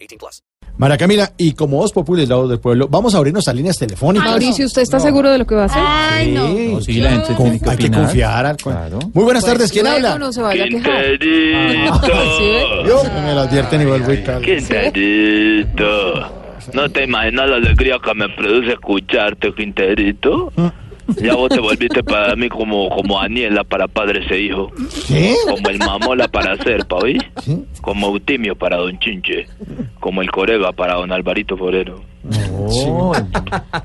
18 plus. María Camila, y como vos populi del lado del pueblo, vamos a abrirnos a líneas telefónicas. Ah, Mauricio, ¿usted está seguro de lo que va a hacer? Sí, Sí, la gente con- tiene que hay que opinar. confiar. al- Muy buenas tardes, ¿quién Luego habla? no se vaya a quejar. ¿Sí Quinterito, ve? Yo me lo advierten y vuelvo y tal. Quinterito. No te imaginas la alegría que me produce escucharte, Quinterito. Ya vos te volviste para mí como, como Aniela para padres e hijos. ¿Qué? Como el mamola para Serpa, ¿oí? Como Eutimio para Don Chinche. Como el Corega para Don Alvarito Forero. Oh,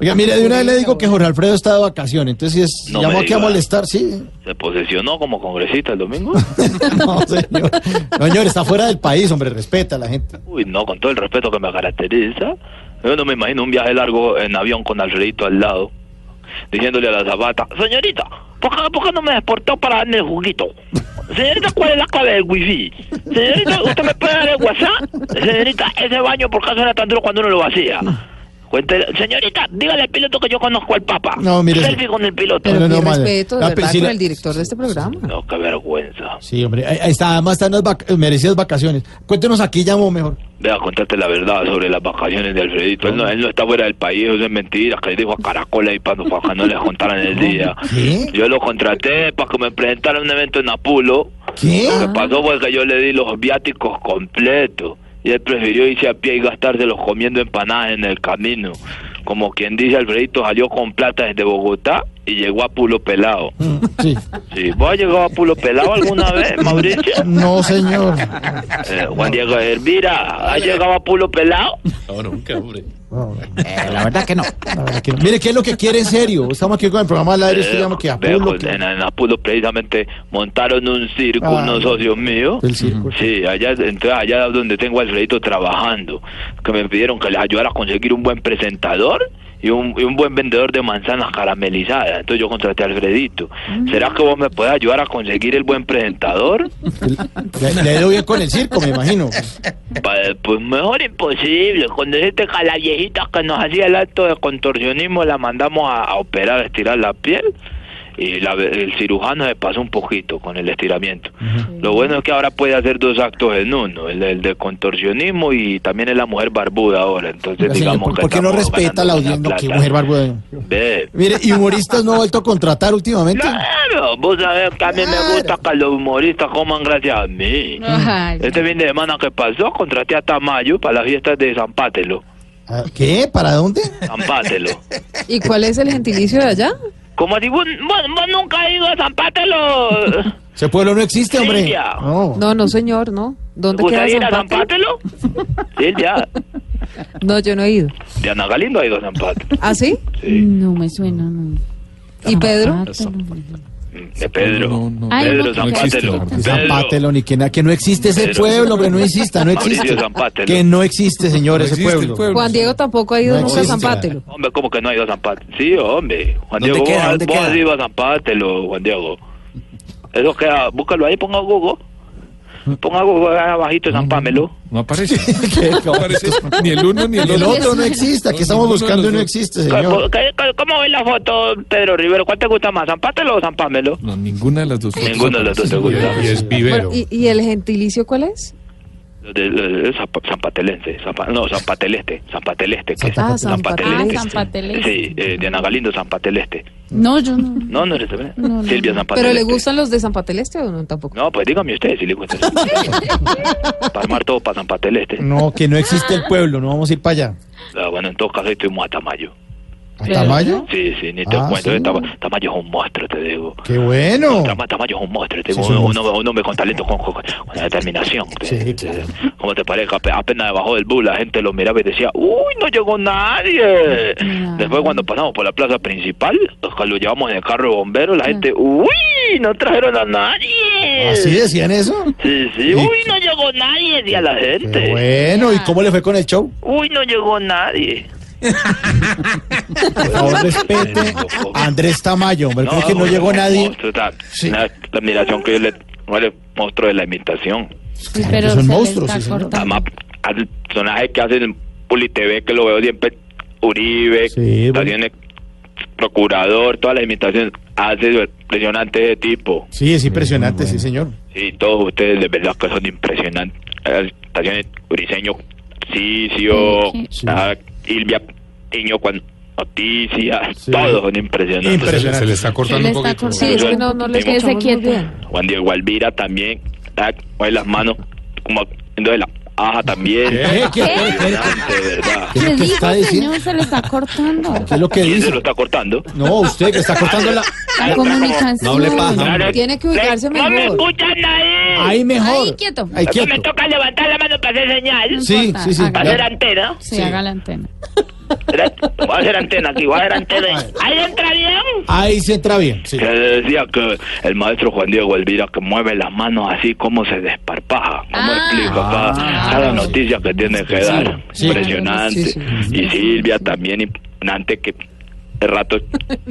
Oiga, mire, de una vez le digo que Jorge Alfredo está de vacaciones, entonces si es, No llamó me aquí a diga. molestar, sí. ¿Se posesionó como congresista el domingo? No, señor. No, señor, está fuera del país, hombre, respeta a la gente. Uy, no, con todo el respeto que me caracteriza, yo no me imagino un viaje largo en avión con Alfredito al lado, diciéndole a la zapata, señorita, ¿por qué, por qué no me exportó para darme el juguito? Señorita, ¿cuál es la clave del wifi? Señorita, ¿usted me puede dar el WhatsApp? Señorita, ese baño, ¿por qué suena tan duro cuando uno lo vacía? Cuéntele, señorita, dígale al piloto que yo conozco al Papa. No, mire, Selfie con el piloto. Pero No, no, mi madre. respeto, de La verdad, piscina- por el director de este programa. No, qué vergüenza. Sí, hombre, ahí- ahí está, además están las vac- merecidas vacaciones. Cuéntenos aquí, llamó mejor. Deja contarte la verdad sobre las vacaciones de Alfredito. Él no, él no está fuera del país, eso es mentira. Que le dijo a Caracol ahí para, para que no les contaran el día. ¿Qué? Yo lo contraté para que me presentara un evento en Apulo. ¿Qué? Lo que pasó fue que yo le di los viáticos completos. Y él prefirió irse a pie y gastárselos comiendo empanadas en el camino. Como quien dice, Alfredito salió con plata desde Bogotá y llegó a Pulo Pelado. Mm, Sí. Sí, ¿Vos has llegado a Pulo Pelado alguna vez, Mauricio? No, señor. Eh, Juan Diego Hervira, ¿has llegado a Pulo Pelado? No, la verdad que no. la verdad que no. Mire, ¿qué es lo que quiere en serio? Estamos aquí con el programa al aire, usted llama que a Veo Pulo, que que- pues, en, en Apulo precisamente montaron un circo Ah. unos socios míos. El circo. Sí, allá, entonces allá donde tengo al Alfredito trabajando, que me pidieron que les ayudara a conseguir un buen presentador y un, y un buen vendedor de manzanas caramelizadas. Entonces yo contraté a Alfredito. Mm. ¿Será que vos me puedes ayudar a conseguir el buen presentador? Le, le ha ido bien con el circo, me imagino. Pa- Pues mejor imposible. Cuando dijiste que a la viejita que nos hacía el acto de contorsionismo la mandamos a, a operar, a estirar la piel. Y la ve- el cirujano se pasó un poquito con el estiramiento. Lo bueno es que ahora puede hacer dos actos en uno: el, el de contorsionismo y también es la mujer barbuda ahora. Entonces, Oiga, señor, digamos ¿por, que por qué no estamos respeta a la audiencia? ganando buena No, qué plata. mujer barbuda. Ve. Mire, ¿y humoristas no ha vuelto a contratar últimamente? Claro, vos sabés que a mí me gusta que los humoristas coman gracias a mí. Ay, Este fin de semana que pasó, contraté a Tamayo para las fiestas de San Pátelo. Ah, ¿Qué? ¿Para dónde? Zampátelo. ¿Y cuál es el gentilicio de allá? Como si vos, vos- vos nunca has ido a Zampátelo. Ese pueblo no existe, hombre. Silvia. No. No, no, señor, no. ¿Te ¿Dónde queda gustaría ir a San Pablo? Zampátelo? Silvia. No, yo no he ido. Diana Galindo ha ido a Zampátelo. ¿Ah, sí? Sí. No me suena, no. ¿Y Pedro? De Pedro. No, no, no. Ay, no, Pedro que- Zampátelo. No Que existe, Pedro. Zapátelo, ni que, na- que no existe ese Pedro. pueblo, hombre, no insista, no Mauricio existe. Zampátelo. Que no existe, señor, No ese existe el pueblo. pueblo. Juan Diego tampoco ha ido No nunca a San existe. Pátelo. Hombre, ¿cómo que no ha ido a Zampátelo? Sí, hombre. Juan ¿Dónde Diego, queda? vos, ¿Dónde vos has queda? ido a Zampátelo, Juan Diego. Eso queda, búscalo ahí, ponga Google. Ponga Google ahí abajito Zampámelo. No aparece. Que- No aparece ni el uno ni el El otro. otro no existe, aquí estamos Ninguno de buscando y los no dos. existe, ¿Cómo, señor. cómo- cómo ves la foto, Pedro Rivero? ¿Cuál te gusta más, Zampátelo o Zampámelo? No, ninguna de las dos. fotos Ninguna de las dos te aparece. gusta. Y es vivero. ¿Y, y el gentilicio cuál es? de, de- de Zapa- Zapatelense, Zapa- no, Zapateleste, Zapateleste, que es Ah, Ah, Zapateleste. San Patelés. Sí, eh, Diana Galindo, Zapateleste. No, yo no. No, no eres de verdad. No, no. Silvia Zapateleste. ¿Pero le gustan los de San Pateleste o no tampoco? Este. No, pues dígame usted si le gusta. para armar todo para Zapateleste. No, que no existe el pueblo, no vamos a ir para allá. Ah, bueno, en todo caso, estoy muy a Tamayo. ¿A Tamayo? Sí, sí, ni te Ah, cuento. ¿sí? eh, Tama- Tamayo es un monstruo, te digo. ¡Qué bueno! Tama- Tamayo es un monstruo, te Sí, digo. es un, un un hombre, un hombre con talento, con, con- con determinación. te- Sí, te- claro. ¿Cómo te parece? Ape- Apenas debajo del bus la gente lo miraba y decía, ¡Uy, no llegó nadie! Claro. Después cuando pasamos por la plaza principal, cuando lo llevamos en el carro de bomberos, la gente, ¡Uy, no trajeron a nadie! ¿Así decían eso? Sí, sí. Y- ¡Uy, no llegó nadie! Decía la ¡Qué gente. bueno! ¿Y cómo le fue con el show? ¡Uy, no llegó nadie! Por favor, respete a Andrés Tamayo, hombre, porque no un llegó nadie. monstruo, está- Sí. la, la admiración que yo le no le monstruo de la imitación. Sí, pero son se le monstruos, está sí, señor. cortando. Además, al personaje que hacen en Puli TV, que lo veo siempre, Uribe, Sí, bueno. también el procurador, todas las imitaciones, hace impresionante ese tipo. Sí, es impresionante, sí, señor. Sí, todos ustedes de verdad que son impresionantes. Las imitaciones, Briseño, Cicio, Sí, sí. ah, Silvia, Niño, Juan, Noticias, Sí. todos son impresionantes. Impresionante. Se le está Se le cortando un está poquito. cortando. Sí, es que no, no le Quédese escuchamos muy quieto. bien. Juan Diego Alvira también, tac, mueve las manos, como entonces la aja también. ¿Qué? ¿Qué? Impresionante, de verdad. ¿Qué es Le lo que digo, está señor, diciendo? se le está cortando. ¿Qué es lo que ¿Quién se dice? lo está cortando? No, usted que está cortando la... La comunicación. No hable paja. Dale. Tiene que ubicarse No me mejor. escuchan nadie. Ahí mejor. Ahí, quieto. Ahí Entonces me quieto. toca levantar la mano para hacer señal. Sí, sí, sí. Para hacer Ya. antena. Se Sí. haga la antena. Era- Voy a hacer antena aquí, voy a hacer antena. Ahí entra bien. Ahí se entra bien, sí. Que decía que el maestro Juan Diego Elvira que mueve las manos así como se desparpaja. ¿Cómo Ah. explico? Cada, Ah. cada noticia que tiene que dar. Sí. Impresionante. Sí, sí. Y Silvia también impresionante que de rato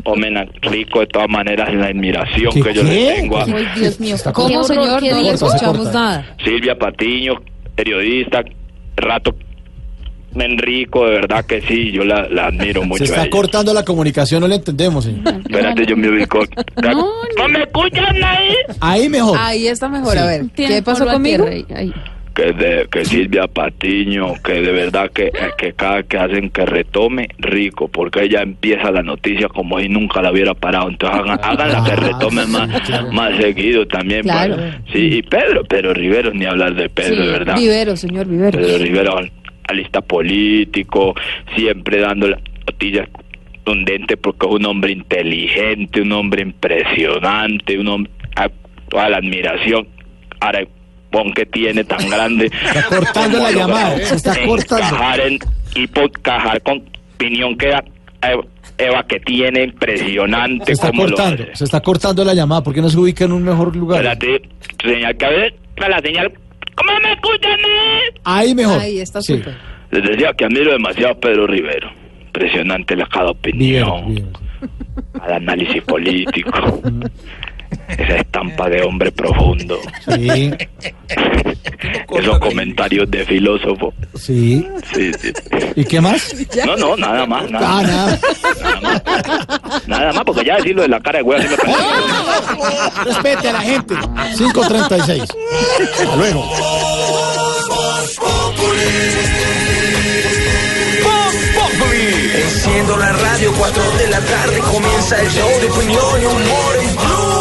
comen a rico de todas maneras la admiración ¿Qué, que yo le qué? tengo a Ay, Dios mío. Está ¿Cómo, cortando. señor? Qué No le horror, qué escuchamos horror. nada. Silvia Patiño, periodista, rato Enrico, de verdad que sí, yo la, la admiro mucho. Se a está ella. cortando la comunicación, no le entendemos, señor. Espérate, yo me ubico. No, ¿No me escuchan ahí? Ahí mejor. Ahí está mejor. A ver, Tiene ¿qué pasó polvo a conmigo? tierra ahí, ahí. que, de, que Silvia Patiño, que de verdad que, eh, que cada que hacen que retome, rico, porque ella empieza la noticia como si nunca la hubiera parado. Entonces hagan, hagan la que retome más, más seguido también. Claro. pues. Sí, y Pedro, Pedro Rivero, ni hablar de Pedro, de verdad. Vivero, señor Pedro Vivero. Rivero, al- alista político, siempre dando las noticias contundentes porque es un hombre inteligente, un hombre impresionante, un hombre a, toda la admiración, arepón que tiene tan grande. Está cortando la Cómo llamada, logra se está cortando. Encajar en, y por cajar con opinión que da, eh, Eva que tiene impresionante. Se está cómo lo cortando, hace. se está cortando la llamada, ¿por qué no se ubica en un mejor lugar? Espérate, señal que a ver, la señal. ¿Cómo me escuchan? eh? Ahí mejor. Ahí está Sí. súper. Les decía que admiro demasiado a Pedro Rivero. Impresionante la cada Bien, opinión, bien. al análisis político. Esa estampa de hombre profundo. Sí, Esos comentarios de filósofo. sí. Sí, sí. ¿Y qué más? No, no, nada más, nada Ah, más. nada. Nada más, Nada más, porque ya decirlo de la cara de huevo. Respete a la gente. 536. Hasta luego. Enciendo la radio, 4 de la tarde comienza el show de opinión y humor en Blue.